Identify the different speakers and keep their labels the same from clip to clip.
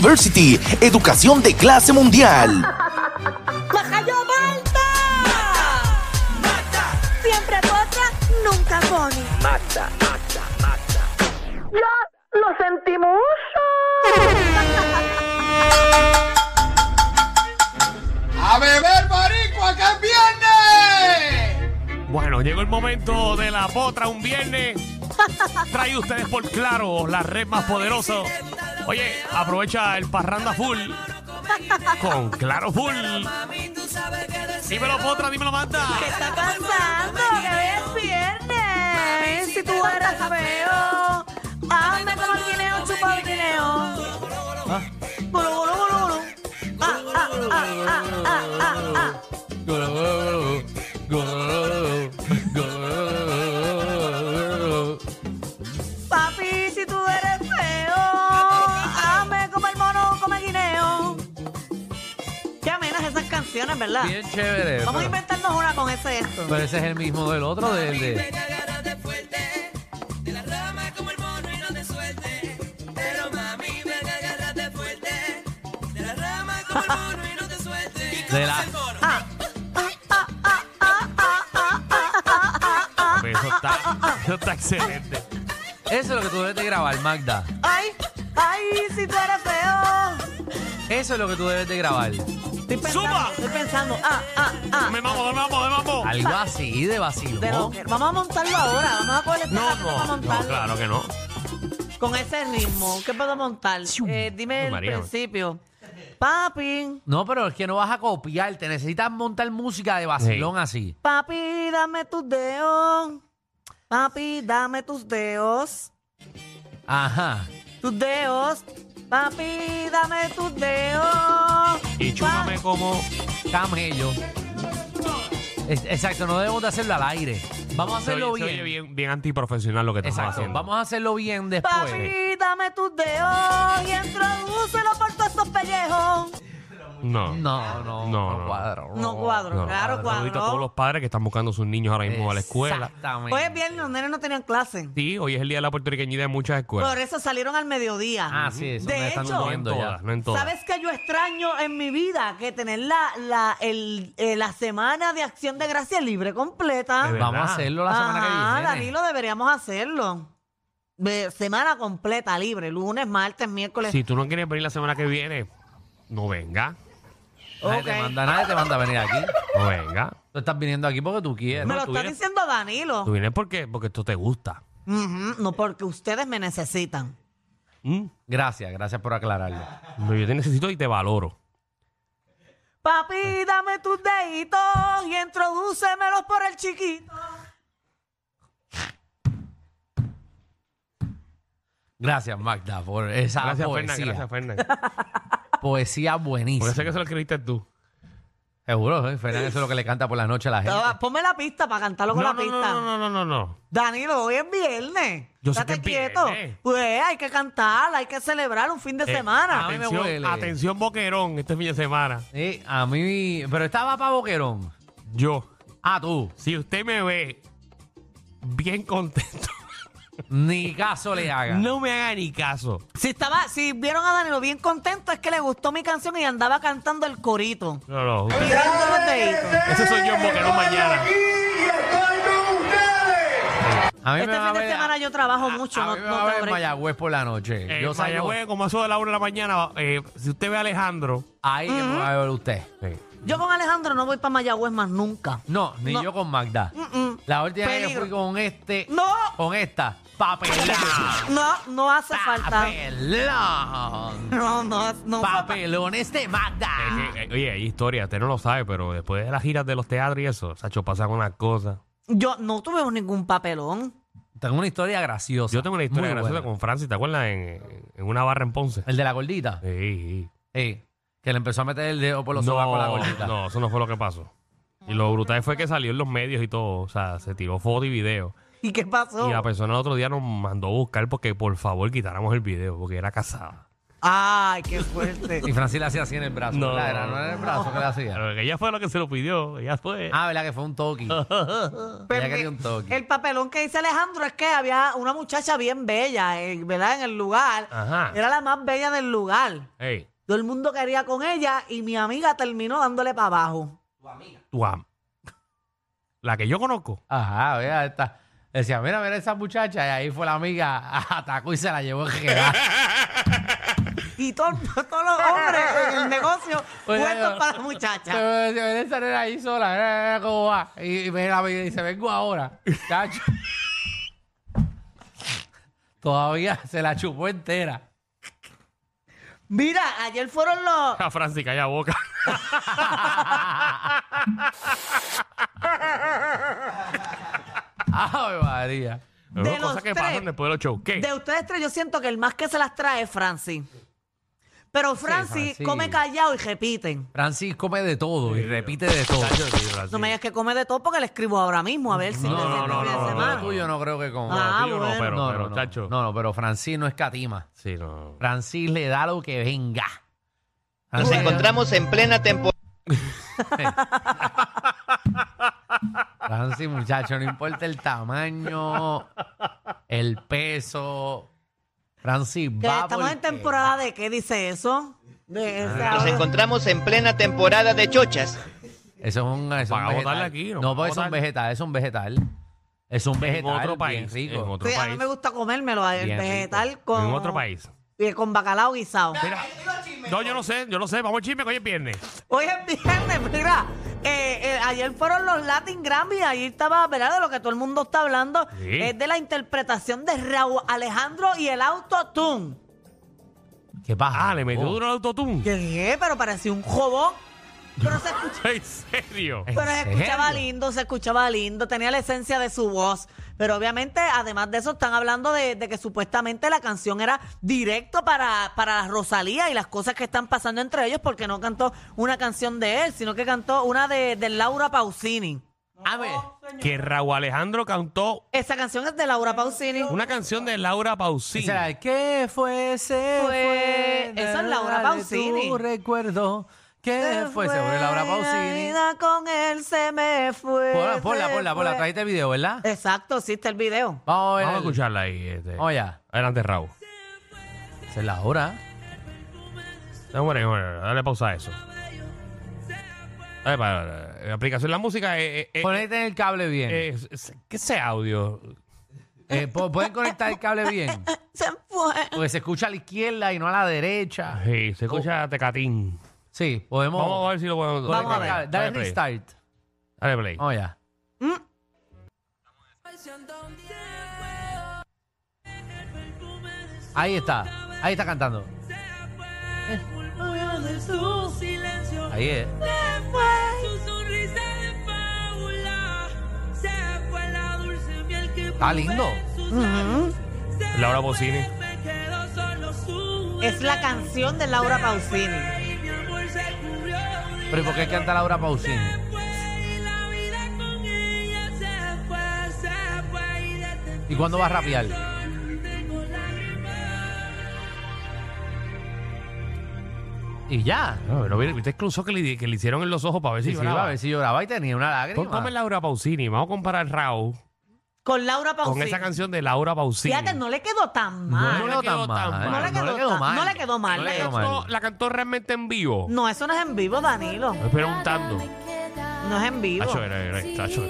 Speaker 1: University, educación de clase mundial.
Speaker 2: ¡Baja yo, Malta! ¡Mata! ¡Mata! Siempre potra, nunca pone.
Speaker 3: Mata, mata, mata.
Speaker 2: ¡Ya lo sentimos!
Speaker 4: ¡A beber marico, que es viernes!
Speaker 5: Bueno, llegó el momento de la potra un viernes. Trae ustedes por claro la red más poderosa. Oye, aprovecha el parranda full con claro full. Dímelo potra, dímelo manda.
Speaker 2: ¿Qué está pasando? ¡Que hoy es viernes! Si tú eres feo, anda como el guineo, chupa el guineo. Bolo, bolo, bolo, bolo. Ah, ah, ah, ah, ah, ah, ah. Papi, si tú eres feo, hazme como el mono, como el guineo. Qué amenas esas canciones, ¿verdad?
Speaker 6: Bien chévere.
Speaker 2: Vamos a
Speaker 6: Pero,
Speaker 2: inventarnos una con ese esto.
Speaker 6: pero ese es el mismo del otro, del de. De la.
Speaker 5: Eso está, eso está excelente.
Speaker 6: Eso es lo que tú debes de grabar, Magda.
Speaker 2: Ay, ay, si tú eres feo.
Speaker 6: Eso es lo que tú debes de grabar.
Speaker 2: Estoy pensando,
Speaker 5: ¡Zumba!
Speaker 2: estoy pensando. Ah, ah, ah.
Speaker 5: Dame mambo, dame mambo, dame mambo.
Speaker 6: Algo así de vacilo.
Speaker 2: De lo que- Vamos a montarlo ahora. Vamos a coger este
Speaker 5: No,
Speaker 2: rato para
Speaker 5: no,
Speaker 2: montarlo.
Speaker 5: no, claro que no.
Speaker 2: Con ese ritmo. ¿Qué puedo montar? Eh, dime el
Speaker 5: María.
Speaker 2: principio. Papi,
Speaker 6: No, pero es que no vas a copiarte. Necesitas montar música de vacilón así.
Speaker 2: papi, dame tus dedos. Papi, dame tus dedos.
Speaker 6: Ajá.
Speaker 2: Tus dedos. Papi, dame tus dedos.
Speaker 5: Y chúpame como.
Speaker 6: Camello. Es- exacto, no debemos de hacerlo al aire. Vamos a
Speaker 5: Se
Speaker 6: hacerlo
Speaker 5: oye, se oye
Speaker 6: bien.
Speaker 5: bien, bien antiprofesional lo que estás
Speaker 6: Exacto.
Speaker 5: haciendo.
Speaker 6: Vamos a hacerlo bien después.
Speaker 2: Papi, dame tus dedos y introdúcelo por todos estos pellejos.
Speaker 5: No.
Speaker 6: No,
Speaker 5: No,
Speaker 6: no, no,
Speaker 5: no.
Speaker 6: cuadro.
Speaker 2: No cuadro,
Speaker 5: No.
Speaker 2: claro,
Speaker 5: Saludito a todos
Speaker 2: cuadro.
Speaker 5: los padres que están buscando a sus niños ahora mismo a la escuela.
Speaker 6: Exactamente.
Speaker 2: Hoy es viernes, los nenes no tenían clase.
Speaker 5: Sí, hoy es el día de la puertorriqueñidad en muchas escuelas.
Speaker 2: Por eso salieron al mediodía.
Speaker 6: Ah, sí, eso
Speaker 2: De
Speaker 6: me están
Speaker 2: hecho,
Speaker 5: no en
Speaker 6: viendo ya.
Speaker 5: todas, no en todas.
Speaker 2: ¿Sabes que yo extraño en mi vida? Que tener la, la, el, eh, la semana de acción de gracia libre completa.
Speaker 5: De verdad.
Speaker 6: Vamos a hacerlo la semana
Speaker 2: Ajá,
Speaker 6: que viene.
Speaker 2: Danilo, deberíamos hacerlo. De semana completa libre, lunes, martes, miércoles.
Speaker 5: Si tú no quieres venir la semana que viene, no venga.
Speaker 6: Nadie
Speaker 2: Ok.
Speaker 6: te manda, nadie te manda a venir aquí.
Speaker 5: No venga.
Speaker 6: Tú estás viniendo aquí porque tú quieres.
Speaker 2: Me lo
Speaker 5: tú
Speaker 2: está
Speaker 5: vienes-
Speaker 2: diciendo Danilo.
Speaker 5: Tú vienes porque, porque esto te gusta.
Speaker 2: Ujú, No, porque ustedes me necesitan.
Speaker 5: ¿Mm?
Speaker 6: Gracias, gracias por aclararlo.
Speaker 5: No, yo te necesito y te valoro. Eh.
Speaker 2: Papi, dame tus deditos y introdúcemelos por el chiquito.
Speaker 6: Gracias, Magda, por esa
Speaker 5: Gracias,
Speaker 6: poesía.
Speaker 5: Fernández. Gracias, Fernández.
Speaker 6: Poesía buenísima.
Speaker 5: Porque sé que se lo escribiste tú.
Speaker 6: Seguro, ¿eh? Fernández, eso es lo que le canta por la noche a la gente.
Speaker 2: Ah, Ponme la pista para cantarlo
Speaker 5: No,
Speaker 2: con
Speaker 5: no,
Speaker 2: la
Speaker 5: no,
Speaker 2: pista.
Speaker 5: no, no, no, no, no.
Speaker 2: Danilo, hoy es viernes.
Speaker 5: Yo sé
Speaker 2: Estate
Speaker 5: que es
Speaker 2: quieto.
Speaker 5: viernes.
Speaker 2: Pues hay que cantar, hay que celebrar un fin de
Speaker 5: Eh,
Speaker 2: semana.
Speaker 6: a mí me
Speaker 5: Atención,
Speaker 6: huele.
Speaker 5: atención, Boquerón, este fin de semana.
Speaker 6: Sí, a mí. Pero estaba para Boquerón.
Speaker 5: Yo,
Speaker 6: Ah, tú.
Speaker 5: si usted me ve bien contento,
Speaker 6: Ni caso le hagas.
Speaker 5: no me haga ni caso.
Speaker 2: Si estaba, si vieron a Danilo bien contento, es que le gustó mi canción y andaba cantando el corito.
Speaker 5: No, no. usted-
Speaker 2: Picando los deditos.
Speaker 5: Ese soy yo en Boquerón mañana.
Speaker 4: Aquí estoy con ustedes.
Speaker 6: A mí
Speaker 2: Este
Speaker 6: me
Speaker 2: fin
Speaker 6: va a
Speaker 2: de
Speaker 6: ver-
Speaker 2: semana yo trabajo mucho,
Speaker 6: A
Speaker 2: no,
Speaker 6: mí me
Speaker 2: no
Speaker 6: va a
Speaker 2: te
Speaker 6: ver en
Speaker 2: break.
Speaker 6: Mayagüez por la noche.
Speaker 5: Eh,
Speaker 6: Yo salgo.
Speaker 5: Mayagüez, como eso de la 1 de la mañana, eh, si usted ve a Alejandro. eh,
Speaker 6: Ahí que
Speaker 2: Mm.
Speaker 6: me va a ver usted.
Speaker 2: Yo con Alejandro no voy para Mayagüez más nunca.
Speaker 6: No, ni
Speaker 2: No.
Speaker 6: yo con Magda.
Speaker 2: Mm-mm.
Speaker 6: La última vez que
Speaker 2: Peligro.
Speaker 6: fui con este.
Speaker 2: No.
Speaker 6: Con esta. Papelón.
Speaker 2: No, no hace falta.
Speaker 6: Papelón.
Speaker 2: No, no, no.
Speaker 6: Papelones de Magda.
Speaker 5: Eh, eh, oye, hay historia, usted no lo sabe, pero después de las giras de los teatros y eso, Sacho, pasan unas cosas.
Speaker 2: Yo no tuve ningún papelón.
Speaker 6: Tengo una historia graciosa.
Speaker 5: Yo tengo una historia
Speaker 6: Muy
Speaker 5: graciosa
Speaker 6: buena.
Speaker 5: con Francis, ¿te acuerdas? En, en una barra en Ponce.
Speaker 6: El de la gordita.
Speaker 5: Sí, sí.
Speaker 6: Sí. Que le empezó a meter el dedo por los
Speaker 5: no,
Speaker 6: sobacos a la gordita.
Speaker 5: no, eso no fue lo que pasó. Y lo brutal fue que salió en los medios y todo. O sea, se tiró foto y video.
Speaker 2: ¿Y qué pasó?
Speaker 5: Y la persona el otro día nos mandó a buscar porque por favor quitáramos el video, porque era casada.
Speaker 2: Ay, qué fuerte.
Speaker 6: Y Francis le hacía así en el brazo.
Speaker 5: No.
Speaker 6: ¿verdad? Era, no era el brazo que le hacía.
Speaker 5: Pero que ella fue lo que se lo pidió. Ella fue.
Speaker 6: Ah, ¿verdad? Que fue un toki.
Speaker 2: Pero
Speaker 6: Ella quería
Speaker 2: que-
Speaker 6: un toki.
Speaker 2: El papelón que dice Alejandro es que había una muchacha bien bella, eh, ¿verdad? En el lugar.
Speaker 5: Ajá.
Speaker 2: Era la más bella del lugar.
Speaker 5: Ey,
Speaker 2: Todo el mundo quería con ella y mi amiga terminó dándole para abajo.
Speaker 5: tu am- La que yo conozco.
Speaker 6: Ajá, vea, esta. Decía, mira, mira esa muchacha. Y ahí fue la amiga, atacó y se la llevó en general.
Speaker 2: Y todo- todos los hombres en el negocio puestos para la muchacha.
Speaker 6: Mira esa nena ahí sola, mira, mira cómo va. Y, y me la mira y dice, vengo ahora. Chacho. Todavía se la chupó entera.
Speaker 2: Mira, ayer fueron los.
Speaker 5: A Francis, calla boca.
Speaker 6: Ave María.
Speaker 5: Son
Speaker 2: De los
Speaker 5: cosas que
Speaker 2: tres.
Speaker 5: pasan después de los shows. ¿Qué?
Speaker 2: De ustedes tres, yo siento que el más que se las trae es Francis. Pero Francis
Speaker 6: Francis.
Speaker 2: come callado y repiten.
Speaker 6: Francis come de todo y repite de todo.
Speaker 5: Chacho, sí, Francis.
Speaker 2: No me digas que come de todo porque le escribo ahora mismo a ver si
Speaker 5: No,
Speaker 2: me
Speaker 5: no,
Speaker 2: siento
Speaker 5: no,
Speaker 2: fin
Speaker 5: no,
Speaker 2: de
Speaker 5: no,
Speaker 2: semana.
Speaker 5: no,
Speaker 6: Lo tuyo no creo que con.
Speaker 2: Ah,
Speaker 5: Tío, no,
Speaker 2: bueno.
Speaker 5: pero,
Speaker 6: no,
Speaker 5: pero,
Speaker 6: no, no.
Speaker 5: chacho.
Speaker 6: No, no, pero Francis no escatima.
Speaker 5: Sí, no.
Speaker 6: Francis le da lo que venga.
Speaker 7: Nos
Speaker 6: Francis-
Speaker 7: encontramos en plena temporada.
Speaker 6: Francis, muchacho, no importa el tamaño, el peso. Francis,
Speaker 2: Que
Speaker 6: va
Speaker 2: estamos en
Speaker 6: porque-
Speaker 2: temporada de qué dice eso. De
Speaker 5: Ah,
Speaker 2: esa-
Speaker 7: Nos encontramos en plena temporada de chochas.
Speaker 6: Eso es un, es un
Speaker 5: Van a botarle
Speaker 6: vegetal.
Speaker 5: aquí,
Speaker 6: no,
Speaker 5: ¿no? Van
Speaker 6: porque
Speaker 5: a
Speaker 6: es un
Speaker 5: botar.
Speaker 6: vegetal, es un vegetal. Es un vegetal.
Speaker 5: en otro
Speaker 6: bien
Speaker 5: país.
Speaker 6: rico.
Speaker 5: En otro
Speaker 2: Sí, a mí
Speaker 5: país.
Speaker 2: me gusta comérmelo, el
Speaker 6: Bien rico.
Speaker 2: vegetal con.
Speaker 5: En otro país.
Speaker 2: y con bacalao guisado.
Speaker 5: Mira. No, yo no sé, yo no sé. Vamos al chisme que hoy es viernes.
Speaker 2: Hoy es viernes, mira. eh, eh, ayer fueron los Latin Grammy, ahí estaba, ¿verdad? De lo que todo el mundo está hablando,
Speaker 5: Sí.
Speaker 2: es de la interpretación de Raúl Alejandro y el autotune.
Speaker 6: ¿Qué pasa?
Speaker 5: Ah, le metió
Speaker 6: Oh,
Speaker 5: duro el autotune.
Speaker 2: ¿Qué dije? "Eh, Pero parecía un jobón. Pero se escuchaba.
Speaker 5: ¿En serio?
Speaker 6: ¿En
Speaker 2: Pero se escuchaba
Speaker 6: serio?
Speaker 2: lindo, se escuchaba lindo, tenía la esencia de su voz. Pero obviamente, además de eso, están hablando de, de que supuestamente la canción era directo para, para Rosalía y las cosas que están pasando entre ellos, porque no cantó una canción de él, sino que cantó una de, de Laura Pausini.
Speaker 6: A ver,
Speaker 2: Oh,
Speaker 5: Que Raúl Alejandro cantó
Speaker 2: Esa canción es de Laura Pausini.
Speaker 5: una canción de Laura Pausini.
Speaker 6: será el que fue, se
Speaker 2: Fue-
Speaker 6: fue.
Speaker 2: Eso es Laura
Speaker 6: nada de
Speaker 2: Pausini.
Speaker 6: Tu recuerdo que fue, seguro es Laura Pausini.
Speaker 2: Navidad con él se me fue.
Speaker 6: Ponla, ponla,
Speaker 2: se
Speaker 6: ponla, ponla.
Speaker 2: fue.
Speaker 6: Trajiste el video, ¿verdad?
Speaker 2: Exacto, existe el video.
Speaker 6: Vamos a ver.
Speaker 5: Vamos a
Speaker 6: el-
Speaker 5: escucharla ahí. Este.
Speaker 6: Vamos allá.
Speaker 5: Adelante, Raúl.
Speaker 6: Esa es la hora.
Speaker 5: No, bueno, bueno, dale pausa a eso. Dale para la aplicación. La música eh, es. es-
Speaker 6: Ponete en el cable bien.
Speaker 5: eh, es- es- ¿Qué es ese audio?
Speaker 6: Eh, po- ¿Pueden conectar el cable bien?
Speaker 2: Se fue.
Speaker 6: Porque se escucha a la izquierda y no a la derecha.
Speaker 5: Sí, se escucha Tecatín.
Speaker 6: Sí, podemos.
Speaker 5: Vamos a ver si lo podemos.
Speaker 6: Vamos a ver.
Speaker 5: play.
Speaker 6: Dale Oh.
Speaker 5: play.
Speaker 6: restart.
Speaker 5: Dale play.
Speaker 6: Vamos allá. Ahí está. Ahí está cantando. Ahí es. Está lindo.
Speaker 5: Laura Pausini.
Speaker 2: Es la canción de Laura Pausini.
Speaker 6: Pero ¿y por qué canta Laura Pausini? ¿Y cuándo va a rapear? Y ya.
Speaker 5: No, pero mira, viste el close que le, que le hicieron en los ojos para ver si
Speaker 6: Sí, sí,
Speaker 5: lloraba?
Speaker 6: va a ver si lloraba y tenía una
Speaker 2: Pues
Speaker 5: Pon- ponme
Speaker 6: lágrima.
Speaker 5: Laura Pausini. Vamos a comparar Raúl
Speaker 2: Con Laura Pausini.
Speaker 5: con esa canción de Laura Pausini.
Speaker 2: Fíjate, no le quedó tan
Speaker 6: No
Speaker 2: mal.
Speaker 6: le
Speaker 2: No,
Speaker 6: quedó tan
Speaker 5: quedó tan
Speaker 6: mal.
Speaker 5: mal.
Speaker 2: No le quedó tan- no le quedó mal,
Speaker 5: ¿No la,
Speaker 2: le
Speaker 6: quedó
Speaker 5: cantó,
Speaker 6: mal.
Speaker 5: la cantó realmente en vivo.
Speaker 2: eso no es en vivo, Danilo.
Speaker 5: Estoy preguntando.
Speaker 2: No es en vivo.
Speaker 5: Tacho, era, era, tacho.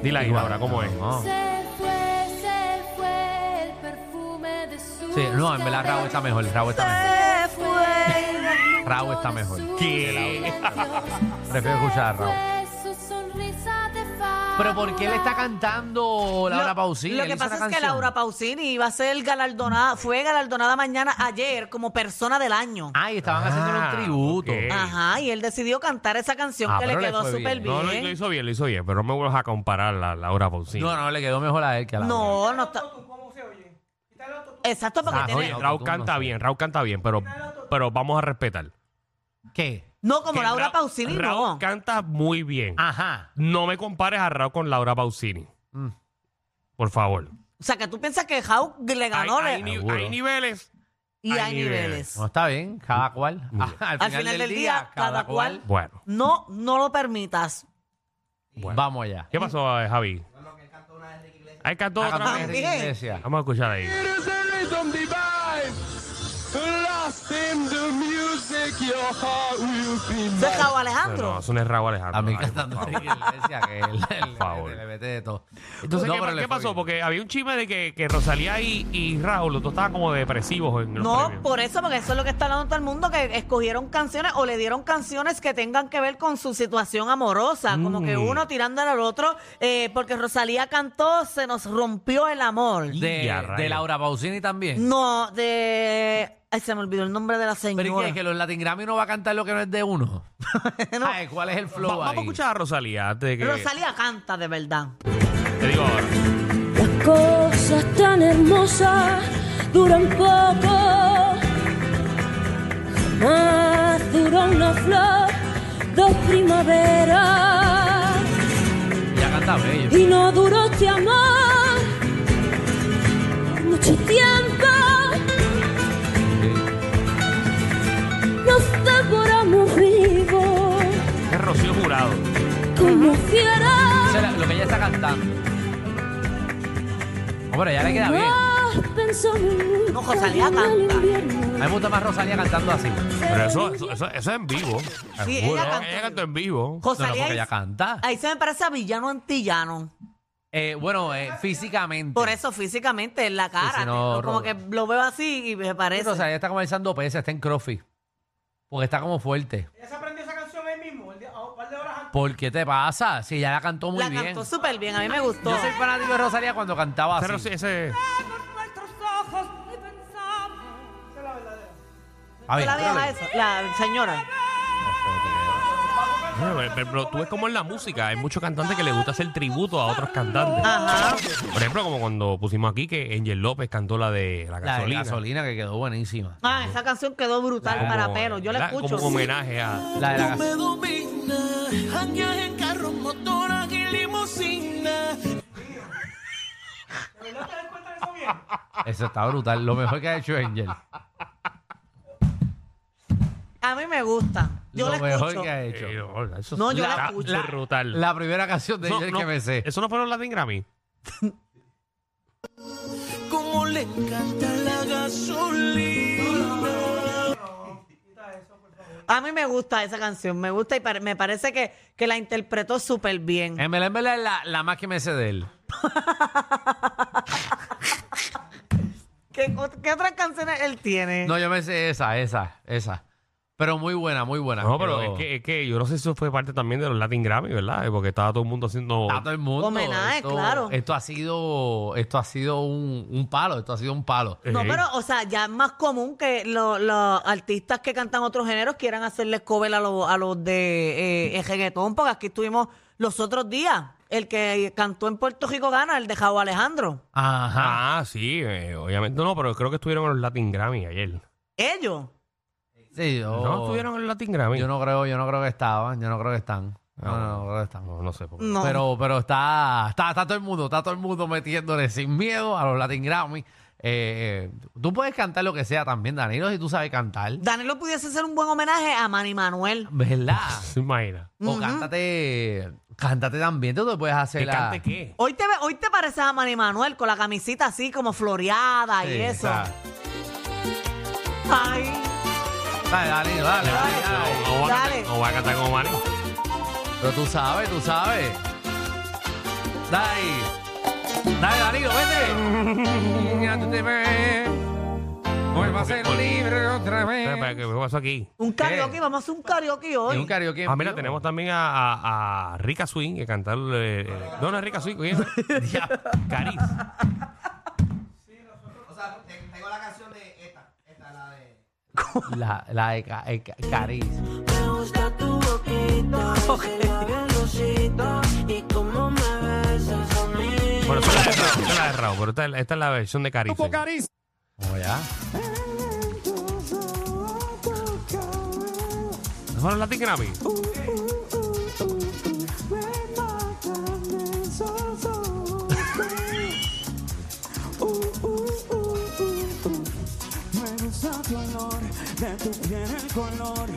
Speaker 5: Dile ahí,
Speaker 6: Igual,
Speaker 5: Laura, ¿cómo
Speaker 6: no,
Speaker 5: es?
Speaker 6: no.
Speaker 8: Se fue, se fue el perfume de su.
Speaker 6: Sí, no, en verdad Raúl está mejor. Raúl está mejor.
Speaker 2: Se fue.
Speaker 6: Raúl está mejor.
Speaker 5: ¿Qué?
Speaker 6: Prefiero escuchar a Raúl. Pero ¿por qué le está cantando Laura
Speaker 2: Lo-
Speaker 6: Pausini?
Speaker 2: Lo
Speaker 6: Él
Speaker 2: que
Speaker 6: hizo
Speaker 2: pasa es
Speaker 6: una
Speaker 2: que
Speaker 6: canción.
Speaker 2: Laura Pausini iba a ser galardonada, fue galardonada mañana ayer como persona del año.
Speaker 6: Ay, estaban
Speaker 5: Ah,
Speaker 6: haciendo un tributo.
Speaker 5: ok.
Speaker 2: Ajá, y él decidió cantar esa canción
Speaker 6: Ah,
Speaker 2: que le
Speaker 6: pero le
Speaker 2: quedó
Speaker 6: fue
Speaker 2: súper bien.
Speaker 5: No, lo, lo hizo bien, lo hizo bien, pero no me vuelvas a comparar la Laura Pausini.
Speaker 6: No, no, le quedó mejor a él que a Laura.
Speaker 2: No, no está. Exacto, porque
Speaker 6: Ah,
Speaker 2: tiene.
Speaker 5: Oye,
Speaker 6: no,
Speaker 5: Raúl
Speaker 6: tú no
Speaker 5: canta
Speaker 6: sé.
Speaker 5: bien, Raúl canta bien, pero, pero vamos a respetar.
Speaker 6: ¿Qué?
Speaker 2: No, como
Speaker 5: Que
Speaker 2: Laura
Speaker 5: Ra-
Speaker 2: Pausini,
Speaker 5: Raúl
Speaker 2: no.
Speaker 5: canta muy bien.
Speaker 6: Ah. Ajá.
Speaker 5: No me compares a Raúl con Laura Pausini.
Speaker 6: Mm.
Speaker 5: Por favor.
Speaker 2: O sea, que tú piensas que Hawk le ganó.
Speaker 5: hay, hay
Speaker 2: le-
Speaker 6: ¿eh?
Speaker 5: ni-
Speaker 6: Seguro.
Speaker 5: hay niveles
Speaker 2: y
Speaker 5: Hay
Speaker 2: hay,
Speaker 5: niveles.
Speaker 2: niveles.
Speaker 6: No está bien, cada cual.
Speaker 5: Muy bien.
Speaker 6: al, final del, día, cada cual.
Speaker 5: Bueno,
Speaker 2: No, no lo permitas.
Speaker 5: bueno.
Speaker 6: Vamos allá.
Speaker 5: ¿Qué
Speaker 2: Mm.
Speaker 5: pasó, eh, Javi? Ahí cantó
Speaker 6: Ah,
Speaker 5: otra
Speaker 6: cantó
Speaker 5: vez.
Speaker 6: Enrique
Speaker 2: También.
Speaker 6: Iglesias.
Speaker 5: Vamos a escuchar ahí.
Speaker 4: Here's a rhythm divine. Lost in the music, your heart will be
Speaker 2: Eso es Raúl
Speaker 5: No, no,
Speaker 2: Alejandro.
Speaker 5: eso no es Raúl Alejandro.
Speaker 6: A mí
Speaker 5: Ay, por
Speaker 6: cantando
Speaker 5: favor.
Speaker 6: Enrique Iglesias, que él- él
Speaker 5: favor.
Speaker 6: le- le mete de todo.
Speaker 5: Entonces,
Speaker 6: No,
Speaker 5: ¿qué,
Speaker 6: pero
Speaker 5: qué
Speaker 6: le fue
Speaker 5: pasó?
Speaker 6: bien.
Speaker 5: Porque había un chisme de que, que Rosalía y, y Raúl, los dos estaban como depresivos en los
Speaker 2: No,
Speaker 5: premios.
Speaker 2: por eso, porque eso es lo que está hablando todo el mundo, que escogieron canciones o le dieron canciones que tengan que ver con su situación amorosa, como que
Speaker 5: Mm.
Speaker 2: uno tirándole al otro, eh, porque Rosalía cantó Se nos rompió el amor.
Speaker 5: Y a
Speaker 6: De,
Speaker 5: rayos.
Speaker 6: de Laura Pausini también.
Speaker 2: No, de... Ay, se me olvidó el nombre de la
Speaker 6: Pero ¿y qué?
Speaker 2: señora. Ah,
Speaker 6: Que los Latin Grammy no va a cantar lo que no es de uno.
Speaker 2: No.
Speaker 6: Ay, ¿Cuál es el
Speaker 5: Va-
Speaker 6: flow
Speaker 5: vamos
Speaker 6: ahí?
Speaker 5: a escuchar a Rosalía antes de que.
Speaker 2: Rosalía canta de verdad.
Speaker 5: Te digo ahora.
Speaker 8: Las cosas tan hermosas duran poco. Más dura una flor, dos primaveras.
Speaker 6: Ya canta bello.
Speaker 8: Y no duró este amor mucho tiempo. Nos devoramos vivos
Speaker 5: Es Rocío Jurado.
Speaker 8: como fieras.
Speaker 6: O sea, la- lo que ella está cantando. No, pero ya le queda bien. A
Speaker 8: Más pensó mi mundo
Speaker 2: No, Rosalía
Speaker 8: en el
Speaker 2: canta.
Speaker 8: invierno.
Speaker 6: mí me gusta más Rosalía cantando así. No,
Speaker 5: Pero eso, eso, eso- eso es en vivo.
Speaker 2: Sí,
Speaker 5: Seguro.
Speaker 2: ella cantó.
Speaker 5: cantó en vivo.
Speaker 6: no,
Speaker 2: Rosalía
Speaker 6: porque
Speaker 2: ahí-
Speaker 6: ella canta.
Speaker 2: ahí se me parece a Villano Antillano.
Speaker 6: Eh, bueno, eh, físicamente.
Speaker 2: Por eso físicamente en la cara.
Speaker 6: Sí, sí, no,
Speaker 2: te- como
Speaker 6: Ro-
Speaker 2: que lo veo así y me
Speaker 6: Sí,
Speaker 2: parece.
Speaker 6: Rosalía está comenzando pesa, está en crossfit. Porque está como fuerte. ¿Ella se aprendió esa canción ahí mismo? ¿Por qué te pasa? Si ella la cantó muy
Speaker 2: la
Speaker 6: bien.
Speaker 2: cantó súper bien, a mí me gustó.
Speaker 6: Yo soy fanático de Rosalía cuando cantaba
Speaker 5: Ese
Speaker 6: así.
Speaker 5: Rocío- ese-
Speaker 6: A ver,
Speaker 2: la vieja
Speaker 6: espérale.
Speaker 2: esa, la señora.
Speaker 5: Pero, eh, pero tú ves como en la música. Hay muchos cantantes que les gusta hacer tributo a otros cantantes.
Speaker 2: Ajá.
Speaker 5: Por ejemplo, como cuando pusimos aquí que Angel López cantó la de la
Speaker 6: La de
Speaker 5: gasolina.
Speaker 6: gasolina que quedó buenísima.
Speaker 2: Ah, esa canción quedó brutal
Speaker 5: Como-
Speaker 2: para pelo. Yo la
Speaker 5: ¿verdad?
Speaker 2: escucho.
Speaker 5: Como un homenaje a.
Speaker 6: La de la gas- Eso está brutal. Lo mejor que ha hecho Angel.
Speaker 2: A mí me gusta. Yo
Speaker 6: Lo
Speaker 2: la
Speaker 6: mejor
Speaker 2: escucho.
Speaker 6: que ha hecho.
Speaker 5: Eh, no, eso
Speaker 2: No, yo la
Speaker 5: está
Speaker 2: escucho.
Speaker 5: brutal.
Speaker 6: La primera canción de
Speaker 5: Eso
Speaker 6: Angel
Speaker 5: no-
Speaker 6: que me sé.
Speaker 5: Eso no fueron las de Grammy.
Speaker 9: como le encanta la gasolina.
Speaker 2: A mí me gusta esa canción. Me gusta y pare- me parece que, que la interpretó súper bien.
Speaker 6: En verdad, en verdad, es la, la más que me sé de él.
Speaker 2: ¿Qué, ot- qué otras canciones él tiene?
Speaker 6: No, yo me sé esa, esa, esa. Pero muy buena, muy buena.
Speaker 5: No, pero
Speaker 6: Quedó-
Speaker 5: es que, es que yo no sé si eso fue parte también de los Latin Grammy, ¿verdad? Porque estaba todo el mundo haciendo.
Speaker 6: a todo el mundo.
Speaker 2: Homenaje,
Speaker 6: esto,
Speaker 2: claro.
Speaker 6: Esto ha sido, esto ha sido un, un palo, esto ha sido un palo.
Speaker 2: No,
Speaker 5: Ey.
Speaker 2: pero, o sea, ya es más común que lo- los artistas que cantan otros géneros quieran hacerles cover a, los- a los de eh, el reggaetón, porque aquí estuvimos los otros días. El que cantó en Puerto Rico gana, el de Jao Alejandro.
Speaker 6: Ajá.
Speaker 5: Ah, sí, eh, obviamente no, pero creo que estuvieron en los Latin Grammy ayer.
Speaker 2: Ellos.
Speaker 6: Sí, yo.
Speaker 5: No, estuvieron en los Latin Grammy.
Speaker 6: Yo no creo, yo no creo que estaban, yo no creo que están.
Speaker 5: Ah,
Speaker 6: No, no, no creo que están.
Speaker 5: No, no sé. por qué.
Speaker 2: No.
Speaker 6: Pero, pero está, está, está todo el mundo, está todo el mundo metiéndole sin miedo a los Latin Grammy. Eh, tú puedes cantar lo que sea también, Danilo, si tú sabes cantar.
Speaker 2: Danilo pudiese hacer un buen homenaje a Manny Manuel.
Speaker 6: ¿Verdad?
Speaker 5: Se imagina.
Speaker 6: O cántate, cántate también, tú te puedes hacer
Speaker 5: ¿Que
Speaker 6: la...
Speaker 5: cante qué?
Speaker 2: Hoy te, ve- hoy te pareces a Manny Manuel con la camisita así como floreada y
Speaker 6: Sí,
Speaker 2: eso.
Speaker 6: o sea,
Speaker 2: Ay,
Speaker 6: Dale, Danilo, dale, dale, dale.
Speaker 5: No, va a
Speaker 2: Dale.
Speaker 5: cantar- no va a cantar como Manny.
Speaker 6: Pero tú sabes, tú sabes. Dale ahí. Dale, Danilo, vete. Ya tú te ves. Vuelvo a ser libre otra
Speaker 5: Espera, espera,
Speaker 6: vez.
Speaker 5: ¿qué pasó aquí?
Speaker 2: un karaoke, vamos a hacer un karaoke hoy.
Speaker 6: Y un karaoke.
Speaker 5: Ah, mira, tenemos también a, a- a Rica Swing que cantar. eh, eh, no, no es Rica Swing, oye. ya, Caris.
Speaker 6: La, la de Ca- eh, Ca- Cariz.
Speaker 9: Me gusta tu boquita, ese labial rosita, y cómo me besas a mí.
Speaker 5: Bueno, esta es la de Raúl, esta es la de Raúl, pero esta, es- esta es la versión de Caris. eh.
Speaker 6: Vamos allá.
Speaker 5: ¿No fueron Latin Grammy?
Speaker 9: tu piel el color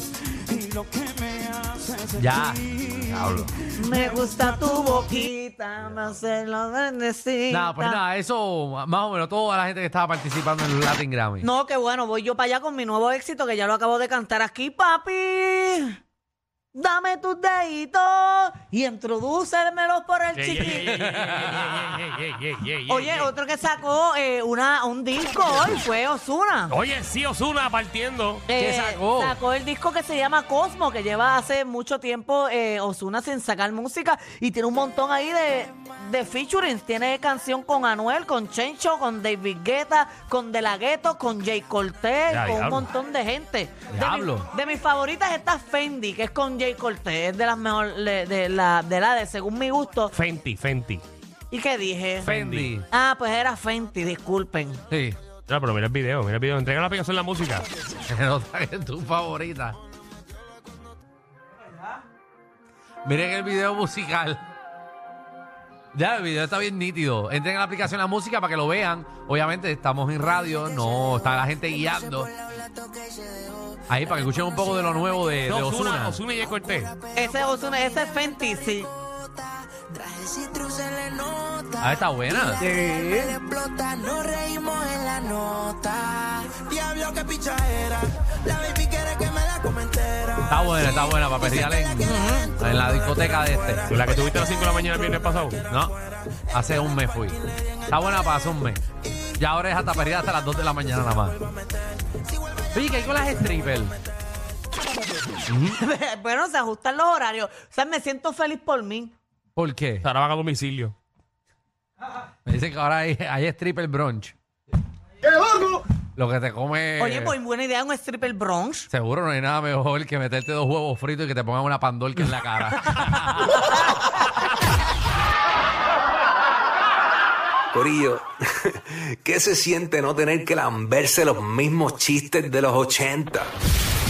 Speaker 9: y lo que me hace sentir.
Speaker 6: Ya. Diablo.
Speaker 2: Me gusta tu boquita, me hace lo bendecida.
Speaker 6: Nada, pues nada, eso más o menos toda la gente que estaba participando en los Latin Grammy.
Speaker 2: No, qué bueno, voy yo para allá con mi nuevo éxito que ya lo acabo de cantar aquí, papi. Dame tus deditos y introdúcermelos por el
Speaker 5: Ey, ey, ey,
Speaker 2: chiquito.
Speaker 5: ey, ey, ey, ey, ey, ey, ey,
Speaker 2: Oye,
Speaker 5: ey.
Speaker 2: otro que sacó eh, una, un disco hoy fue Osuna.
Speaker 5: Oye, sí, Osuna partiendo.
Speaker 2: Eh,
Speaker 6: ¿Qué sacó?
Speaker 2: Sacó el disco que se llama Cosmo, que lleva hace mucho tiempo eh, Osuna sin sacar música y tiene un montón ahí de, de featurings. Tiene canción con Anuel, con Chencho, con David Guetta, con De La Ghetto, con Jay Cortez,
Speaker 5: Ya,
Speaker 2: con un
Speaker 5: diablo.
Speaker 2: montón de gente. De,
Speaker 6: Diablo.
Speaker 2: mi- de mis favoritas está Fendi, que es con Jay Cortez. Es de las mejor de, de la, de la de según mi gusto.
Speaker 5: Fenty, Fenty.
Speaker 2: ¿Y qué dije?
Speaker 6: Fendi.
Speaker 2: Ah, pues era Fenty, disculpen.
Speaker 6: Sí.
Speaker 5: No, pero mira el video, mira el video. Entrega la aplicación la música.
Speaker 6: Se nota que es tu favorita. Miren el video musical. Ya, el video está bien nítido. Entren a la aplicación La Música para que lo vean. Obviamente estamos en radio, no está la gente guiando. Ahí para que escuchen un poco de lo nuevo de, de
Speaker 5: No, Osuna,
Speaker 6: Ozuna.
Speaker 5: Osuna y el Cortés.
Speaker 2: Ese es Ozuna, ese es Fenty, sí.
Speaker 6: Ah, está buena. Está buena, está buena para perrear en, en la discoteca de este.
Speaker 5: La que tuviste a las 5 de la mañana el viernes pasado.
Speaker 6: No, hace un mes fui. Está buena para hace un mes. Ya ahora es hasta perder hasta las 2 de la mañana nada más. Oye, ¿qué hay con las strippers?
Speaker 2: bueno, se ajustan los horarios. O sea, me siento feliz por mí.
Speaker 6: ¿Por qué?
Speaker 5: Ahora van a domicilio.
Speaker 6: Me dicen que ahora hay, hay stripper brunch. Lo que te come.
Speaker 2: Oye, pues buena idea un stripper Bronx.
Speaker 6: Seguro no hay nada mejor que meterte dos huevos fritos y que te pongan una pandorca en la cara.
Speaker 10: Corillo, ¿qué se siente no tener que lamberse los mismos chistes de los 80?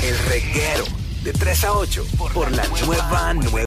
Speaker 10: El reguero de 3 a 8 por la nueva nueva.